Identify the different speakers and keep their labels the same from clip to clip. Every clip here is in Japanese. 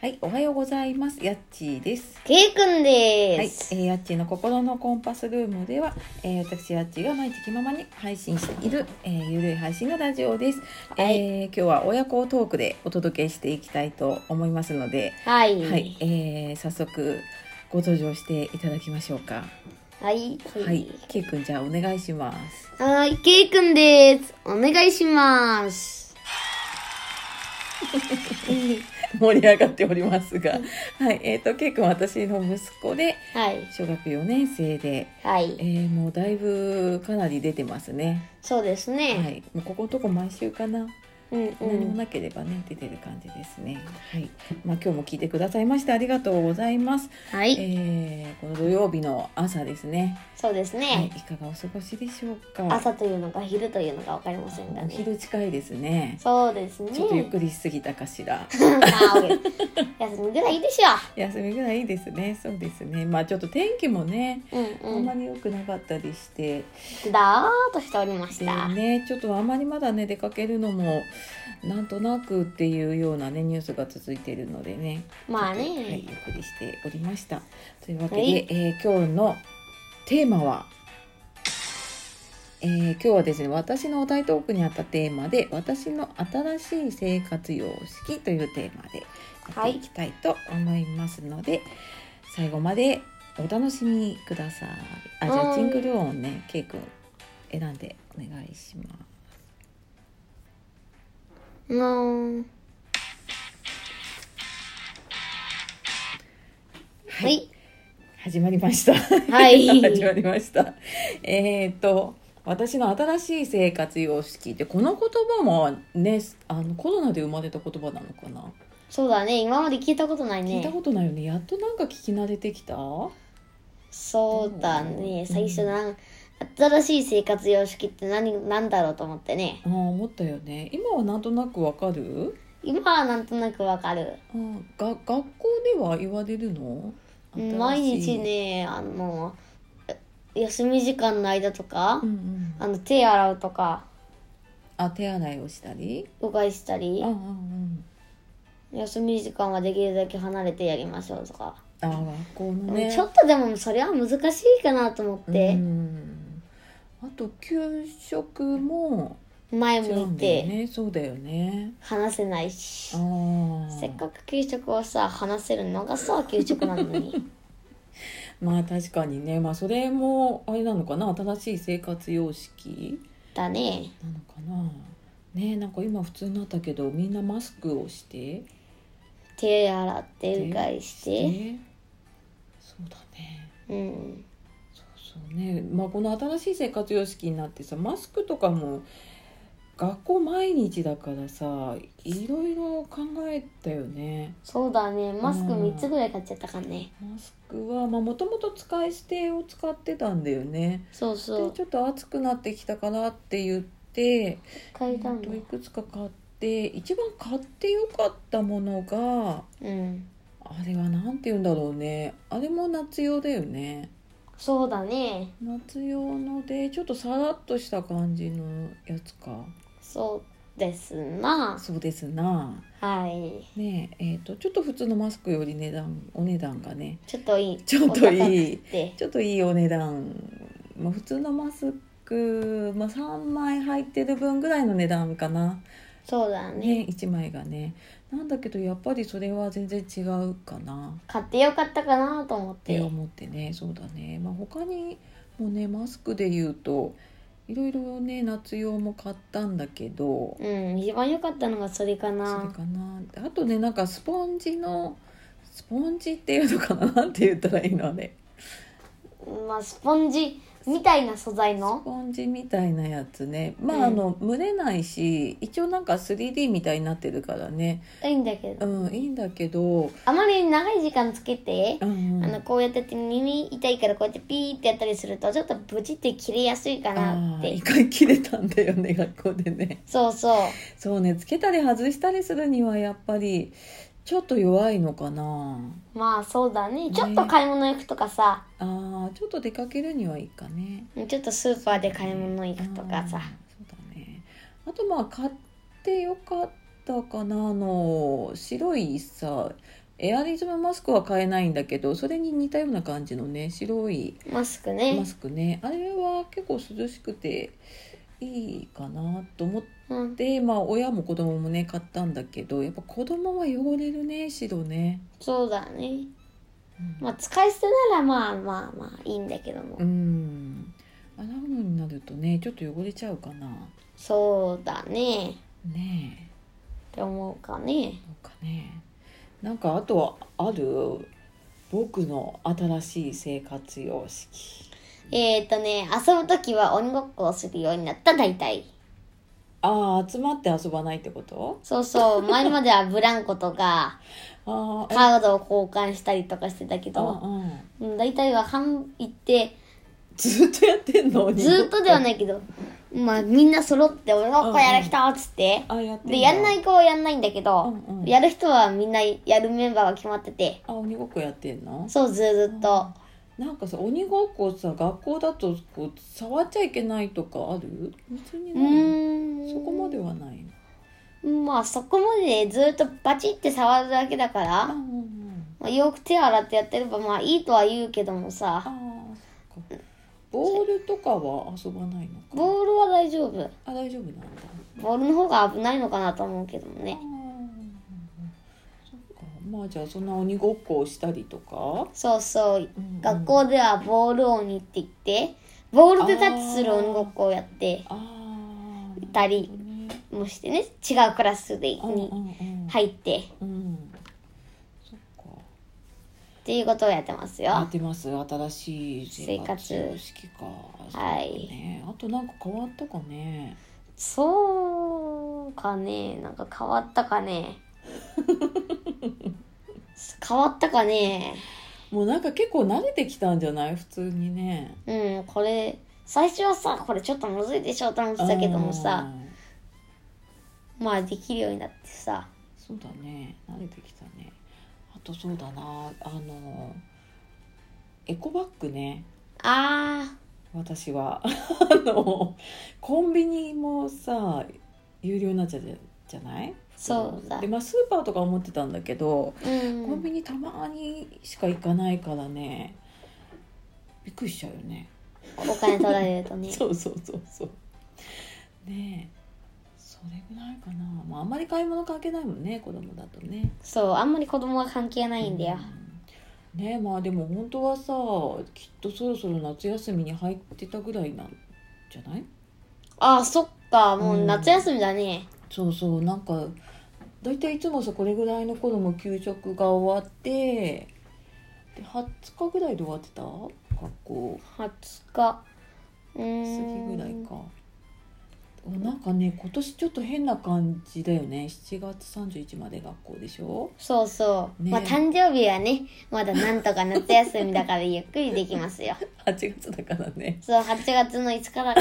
Speaker 1: はい、おはようございます。やっちーです。
Speaker 2: ケイくん
Speaker 1: はい、え
Speaker 2: です。
Speaker 1: ー、やっちーの心のコンパスルームでは、えー、私やっちーが毎日気ままに配信している、えー、ゆるい配信のラジオです。
Speaker 2: は
Speaker 1: えー今日は親子トークでお届けしていきたいと思いますので、
Speaker 2: はい。
Speaker 1: はい、えー、早速ご登場していただきましょうか。
Speaker 2: はい。
Speaker 1: はい、けいくんじゃあお願いします。
Speaker 2: はい。ケイくんです。お願いし ます。
Speaker 1: 盛り上がっておりますが、はい、えっ、とけいくんは私の息子で
Speaker 2: はい。
Speaker 1: 小学4年生で、
Speaker 2: はい。
Speaker 1: えー、もうだいぶかなり出てますね。
Speaker 2: そうです
Speaker 1: は
Speaker 2: ね。
Speaker 1: い、もうここのとこ毎週かな、
Speaker 2: うん
Speaker 1: 何も
Speaker 2: うん。
Speaker 1: なければね出てる感じですね。 はい、まあ今日も聞いてくださいましてありがとうございます。
Speaker 2: はい。
Speaker 1: えー、この土曜日の朝ですね。
Speaker 2: そうです
Speaker 1: はい、い
Speaker 2: ね。
Speaker 1: かがお過ごしでしょうか。
Speaker 2: 朝というのか昼というのかわかりませんが
Speaker 1: お
Speaker 2: ね。
Speaker 1: 昼近いですね。
Speaker 2: そうですね。
Speaker 1: ちょっとゆっくりしすぎたかしら。
Speaker 2: まあ休みぐらいいいでし
Speaker 1: 休みぐらいいいですね。そうですね。まあちょっと天気もね、
Speaker 2: ょう。うん
Speaker 1: あ
Speaker 2: うんん
Speaker 1: ま。り良くなかったりして、
Speaker 2: だーっとしておりまし
Speaker 1: で
Speaker 2: た。
Speaker 1: ね、ちょっとあまりまだね出かけるのもなんとなくっていうようなねニュースが続いているのでね。
Speaker 2: まあ
Speaker 1: はい
Speaker 2: ね。、
Speaker 1: お送りしておりました。というわけで、
Speaker 2: はい
Speaker 1: えー今日のテーマは、えー今日はですね、私のお題トークにあったテーマで、私の新しい生活様式というテーマでやっていきたいと思いますので、最後までお楽しみください。あ、じゃ
Speaker 2: は
Speaker 1: あ
Speaker 2: い
Speaker 1: ジングル音ね、ケイ君選んでお願いします。
Speaker 2: うん。は。い。
Speaker 1: 始まりました。
Speaker 2: はい
Speaker 1: 始まりました。えーっと、私の新しい生活様式って、この言葉もね、あのコロナで生まれた言葉なのかな、
Speaker 2: そうだね。今まで聞いたことない
Speaker 1: 聞いた
Speaker 2: ね。
Speaker 1: ことないよね。やっとなんか聞き慣れてきた。
Speaker 2: そうだ
Speaker 1: うん
Speaker 2: ね。最初なん新しい生活様式って何なんだろうと思ってね。
Speaker 1: あー思ったよね。今はなんとなくわかる
Speaker 2: 今はなんとなくわかる。
Speaker 1: あーが学校では言われるの
Speaker 2: うん毎日。ね、あの、休み時間の間と
Speaker 1: 新し
Speaker 2: か
Speaker 1: いうん、うん、
Speaker 2: あの手洗うとか、
Speaker 1: あ手洗いをしたり。
Speaker 2: うがいしたり
Speaker 1: あ、うんうん
Speaker 2: 休み時間はできるだけ離れてやりましょうとか。
Speaker 1: あー学校のね。
Speaker 2: ちょっとでもそれは難しいかなと思って
Speaker 1: う、んあと給食も
Speaker 2: 前
Speaker 1: 違う
Speaker 2: 向い
Speaker 1: んだよ
Speaker 2: て
Speaker 1: ねそうだよね
Speaker 2: 話せないし
Speaker 1: あ。ー
Speaker 2: せっかく給食をさ話せるのがさ給食なのに
Speaker 1: まあ確かにねまあそれもあれなのかな新しい生活様式
Speaker 2: だね
Speaker 1: なのかなねなんか今普通になったけどみんなマスクをして
Speaker 2: 手洗ってうがいして
Speaker 1: ねそうだね
Speaker 2: うん
Speaker 1: そうそうねまあこの新しい生活様式になってさマスクとかも学校毎日だからさいろいろ考えたよね
Speaker 2: そうだねマスク
Speaker 1: うん
Speaker 2: 3つぐらい買っちゃったかね
Speaker 1: マスクはもともと使い捨てを使ってたんだよね
Speaker 2: そう
Speaker 1: で
Speaker 2: そう
Speaker 1: ちょっと暑くなってきたからって言って、
Speaker 2: 買えた
Speaker 1: え
Speaker 2: ん
Speaker 1: っ
Speaker 2: だ
Speaker 1: といくつか買って一番買ってよかったものが
Speaker 2: うん
Speaker 1: あれはなんて言うんだろうねあれも夏用だよね
Speaker 2: そうだね
Speaker 1: 夏用のでちょっとさらっとした感じのやつか
Speaker 2: そうですな
Speaker 1: そうですな
Speaker 2: はい
Speaker 1: ねええっとちょっと普通のマスクより値段お値段がね
Speaker 2: ちょっといい
Speaker 1: ちょっといい
Speaker 2: お高くて
Speaker 1: ちょっといいお値段、まあ、普通のマスク、まあ、3枚入ってる分ぐらいの値段かな、
Speaker 2: そうだね
Speaker 1: ね、1枚がねなんだけどやっぱりそれは全然違うかなっ
Speaker 2: 買ってよかったかなと思って
Speaker 1: て思ってねそうだね、まあ、他にもねマスクで言うといろいろね夏用も買ったんだけど
Speaker 2: うん一番良かったのがそれか
Speaker 1: それ
Speaker 2: な
Speaker 1: かなあとねなんかスポンジのスポンジっていうのかななんて言ったらいいのあれ
Speaker 2: まあスポンジみたいな素材の
Speaker 1: スポンジみたいなやつねまあ、
Speaker 2: うん
Speaker 1: あの蒸れないし一応なんか 3D みたいになってるからね
Speaker 2: いいんだけど
Speaker 1: うんいいんだけど、
Speaker 2: あまり長い時間つけて
Speaker 1: う、んうん
Speaker 2: あのこうやってやって耳痛いからこうやってピーってやったりするとちょっとブチって切れやすいかな
Speaker 1: あ
Speaker 2: っ
Speaker 1: ー
Speaker 2: て
Speaker 1: 一回切れたんだよね 学校でね
Speaker 2: そうそう
Speaker 1: そうねつけたり外したりするにはやっぱりちょっと弱いのかな
Speaker 2: まあそうだね
Speaker 1: ね
Speaker 2: ちょっと買い物行くとかさ、
Speaker 1: あーちょっと出かけるにはいいかね
Speaker 2: ちょっとスーパーで買い物行くとか
Speaker 1: あーそ
Speaker 2: さ
Speaker 1: うだねあとまあ買ってよかったかなあの白いさエアリズムマスクは買えないんだけどそれに似たような感じのね白い
Speaker 2: マスクね
Speaker 1: マスクねあれは結構涼しくていいかなと思っ
Speaker 2: うん
Speaker 1: てまあ親も子供もね買ったんだけどやっぱ子供は汚れるね白ね、
Speaker 2: そうだ
Speaker 1: う
Speaker 2: ね
Speaker 1: ん
Speaker 2: まあ使い捨てならまあまあまあいいんだけども、
Speaker 1: うん洗うのになるとねちょっと汚れちゃうかな
Speaker 2: そうだね
Speaker 1: ね
Speaker 2: って思うかね
Speaker 1: えなんかねなんかあとはある僕の新しい生活様式
Speaker 2: えっ、ー、とね遊ぶ時は鬼ごっこをするようになった大体
Speaker 1: ああ集まって遊ばないってこと
Speaker 2: そうそう前まではブランコ とか
Speaker 1: ああ
Speaker 2: カードを交換したりとかしてたけど、
Speaker 1: うんうん
Speaker 2: うん、大体は半行って
Speaker 1: ずっとやってんの鬼ごっこ
Speaker 2: ずーっとではないけどまあみんな揃って鬼ごっこやる人っつって、
Speaker 1: あやって
Speaker 2: でやんないい子はやんないんだけど、
Speaker 1: うんうん
Speaker 2: やる人はみんなやるメンバーが決まってて
Speaker 1: あ鬼ごっこやってんの
Speaker 2: そうずーっと
Speaker 1: なんかさ鬼ごっこさ学校だとこう触っちゃいけないとかある別に
Speaker 2: う
Speaker 1: ない
Speaker 2: ーん
Speaker 1: そこまではないの
Speaker 2: まあそこまでずーっとバチって触るだけだか
Speaker 1: あ、う
Speaker 2: ら、
Speaker 1: んうん、
Speaker 2: まあ、よく手洗ってやってればまあいいとは言うけども
Speaker 1: あー
Speaker 2: さ
Speaker 1: そっかボールとかは遊ばないのかな
Speaker 2: ボールは大丈夫
Speaker 1: あ大丈夫なんだ
Speaker 2: ボールの方が危ないのかなと思うけども
Speaker 1: あー
Speaker 2: ね
Speaker 1: そっかまあじゃあそんな鬼ごっこをしたりとか、
Speaker 2: そうそう
Speaker 1: うんうん
Speaker 2: 学校ではボール鬼って言ってボールでタッチする鬼ごっこをやって
Speaker 1: ああ
Speaker 2: いたりもしてね違うクラスで
Speaker 1: うんうんう
Speaker 2: に
Speaker 1: ん
Speaker 2: 入ってっ
Speaker 1: うんそっか
Speaker 2: ていうことをやってます
Speaker 1: や
Speaker 2: よ
Speaker 1: ってます新しい生活
Speaker 2: 生活
Speaker 1: 様式か
Speaker 2: はい
Speaker 1: そうねあとなんか変わったかね
Speaker 2: そうかねなんか変わったかね 変わったかね
Speaker 1: もうなんか結構慣れてきたんじゃない普通にね
Speaker 2: うんこれ最初はさこれちょっとむずいでしょと思ってたけどもさ
Speaker 1: うん
Speaker 2: まあできるようになってさ
Speaker 1: そうだね慣れてきたねあとそうだなあのエコバッグね
Speaker 2: あ
Speaker 1: 私はあのコンビニもさ有料になっちゃうじゃない
Speaker 2: そうだ
Speaker 1: でまあスーパーとか思ってたんだけど
Speaker 2: ーうん
Speaker 1: コンビニたまにしか行かないからねびっくりしちゃうよね
Speaker 2: お金取られる とね
Speaker 1: そうそうそうそうねえそれぐらいかな、まあ、あんまり買い物関係ないもんね子供だとね
Speaker 2: そうあんまり子供は関係ないんだよ
Speaker 1: うんねえまあでも本当はさきっとそろそろ夏休みに入ってたぐらいなんじゃない
Speaker 2: あーそっかもううん夏休みだね
Speaker 1: そうそうなんか大体いつもさこれぐらいの頃も給食が終わってで20日ぐらいで終わってた学校
Speaker 2: 20日
Speaker 1: 過
Speaker 2: う
Speaker 1: ぎ
Speaker 2: ーん
Speaker 1: ぐらいか。なんかね今年ちょっと変な感じだよね7月31まで学校でしょ
Speaker 2: そうそう、
Speaker 1: ね
Speaker 2: まあ誕生日はねまだなんとか夏休みだからゆっくりできます よ
Speaker 1: 8月だからね
Speaker 2: そう8月の5日だから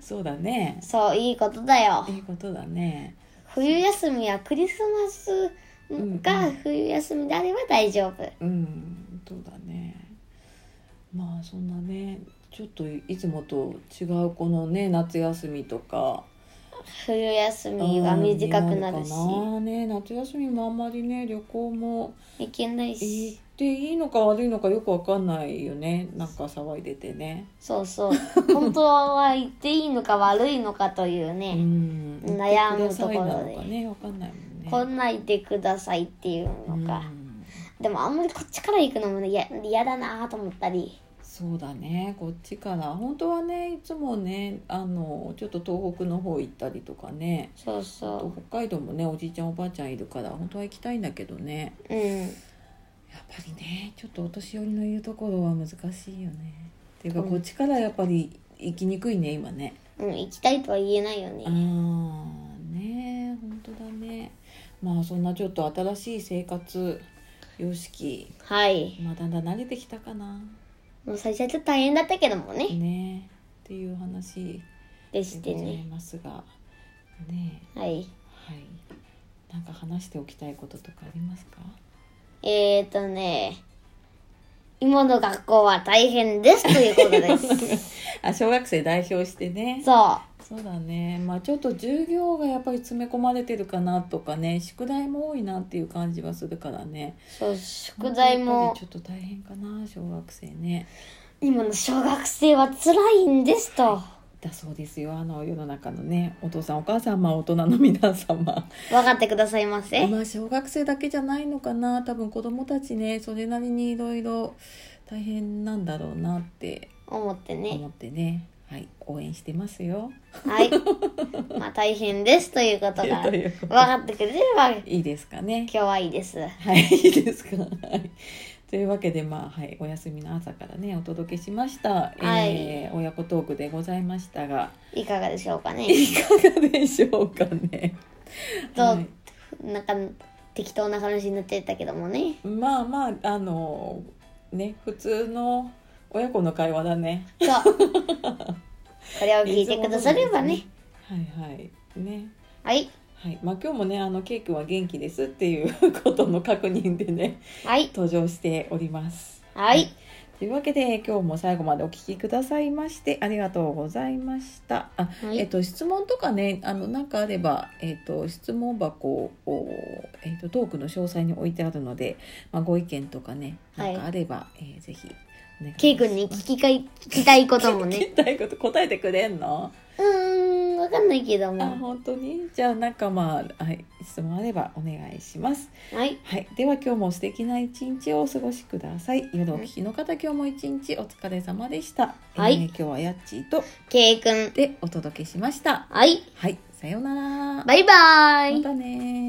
Speaker 1: そうだね
Speaker 2: そういいことだよ
Speaker 1: いいことだね
Speaker 2: 冬休みはクリスマスが冬休みであれば大丈夫
Speaker 1: うんそうだねまあそんなねちょっといつもと違うこのね夏休みとか
Speaker 2: 冬休みが短くなるし
Speaker 1: うんにるかなね夏休みもあんまりね旅行も
Speaker 2: いけない
Speaker 1: 行っ
Speaker 2: して
Speaker 1: いいのか悪いのかよくわかんないよねなんか騒いでてね
Speaker 2: そうそう本当は行っていいのか悪いのかという
Speaker 1: う
Speaker 2: ね、
Speaker 1: ん
Speaker 2: 悩むとこ
Speaker 1: 行ってください
Speaker 2: ろで
Speaker 1: なのかねわかんないもんね
Speaker 2: こんないてくださいっていうの
Speaker 1: う
Speaker 2: か、
Speaker 1: ん
Speaker 2: でもあんまりこっちから行くのもねや嫌だなと思ったり
Speaker 1: そうだねこっちから本当はねいつもねあのちょっと東北の方行ったりとかね
Speaker 2: そう
Speaker 1: あと
Speaker 2: そ
Speaker 1: 北海道もねおじいちゃんおばあちゃんいるから本当は行きたいんだけどね
Speaker 2: ううん
Speaker 1: やっぱりねちょっとお年寄りの言うところは難しいよねっていうか
Speaker 2: うん
Speaker 1: こっちからやっぱり行きにくいね今ね
Speaker 2: うん、行きたいとは言えないよ
Speaker 1: あー
Speaker 2: ね。
Speaker 1: ね本当だねまあそんなちょっと新しい生活様式
Speaker 2: はい。
Speaker 1: まあだんだん慣れてきたかな
Speaker 2: もう最初はちょっと大変だったけどもね。
Speaker 1: ねっていう話
Speaker 2: で
Speaker 1: で
Speaker 2: し
Speaker 1: ご
Speaker 2: て
Speaker 1: ざい
Speaker 2: ね。
Speaker 1: ますがね
Speaker 2: はい。
Speaker 1: はいなんか話しておきたいこととかありますか
Speaker 2: えーとね、今の学校は大変ですということです。
Speaker 1: あ小学生代表してね
Speaker 2: そ
Speaker 1: そうだねまあちょっと授業がやっぱり詰め込まれてるかなとかね宿題も多いなっていう感じはするからね
Speaker 2: う。そう、宿題
Speaker 1: やっ
Speaker 2: も
Speaker 1: ぱり、ちょっと大変かな小学生ね
Speaker 2: 今の小学生は辛いんですと。
Speaker 1: だそうですよあの世の中のねお父さんお母様大人の皆様
Speaker 2: 分かってくださいませ。
Speaker 1: まあ小学生だけじゃないのかな多分子供たちねそれなりにいろいろ大変なんだろうなって
Speaker 2: 思ってね。
Speaker 1: 思ってねはい応援してますよ
Speaker 2: はい。まあ大変ですということ が、
Speaker 1: とい
Speaker 2: 分
Speaker 1: うこと
Speaker 2: かってくれれば、今
Speaker 1: いいですかね
Speaker 2: 日はいいです。
Speaker 1: はいいいですか はいというわけでまあはいお休みの朝からねお届けしました、えー親子トークでございましたが
Speaker 2: いかがでしょうかね。
Speaker 1: いかがでしょうかね
Speaker 2: どう
Speaker 1: はい
Speaker 2: なんか適当な話になってたけどもね。
Speaker 1: まあまああのね普通の親子の会話だね
Speaker 2: そう。これを聞いてくださればね。
Speaker 1: はいはいね
Speaker 2: はい。
Speaker 1: はいまあ、今日もねあのケイ君は元気ですっていうことの確認でね
Speaker 2: はい。
Speaker 1: 登場しております
Speaker 2: はい。
Speaker 1: というわけで今日も最後までお聞きくださいましてありがとうございましたあ、
Speaker 2: はい
Speaker 1: えっと質問とかねあのなんかあれば、えっと、質問箱を、えっと、トークの詳細に置いてあるので、まあ、ご意見とかねなんかあれば、えーぜひお願いします
Speaker 2: ケイ君に聞きかい聞きたいことも
Speaker 1: 聞
Speaker 2: ね。
Speaker 1: きたいこと答えてくれんの
Speaker 2: うーん、わかんないけど
Speaker 1: あ
Speaker 2: も。
Speaker 1: 本当にじゃあなんかまあ、はい、質問あればお願いします、
Speaker 2: はい。
Speaker 1: はい、では今日も素敵な一日をお過ごしください夜お聞きの方今日も一日お疲れ様でした、
Speaker 2: はい
Speaker 1: えー今日はやっちーと
Speaker 2: ケイ君。
Speaker 1: でお届けしました
Speaker 2: はい。
Speaker 1: はいさようなら
Speaker 2: バイバーイ。
Speaker 1: またね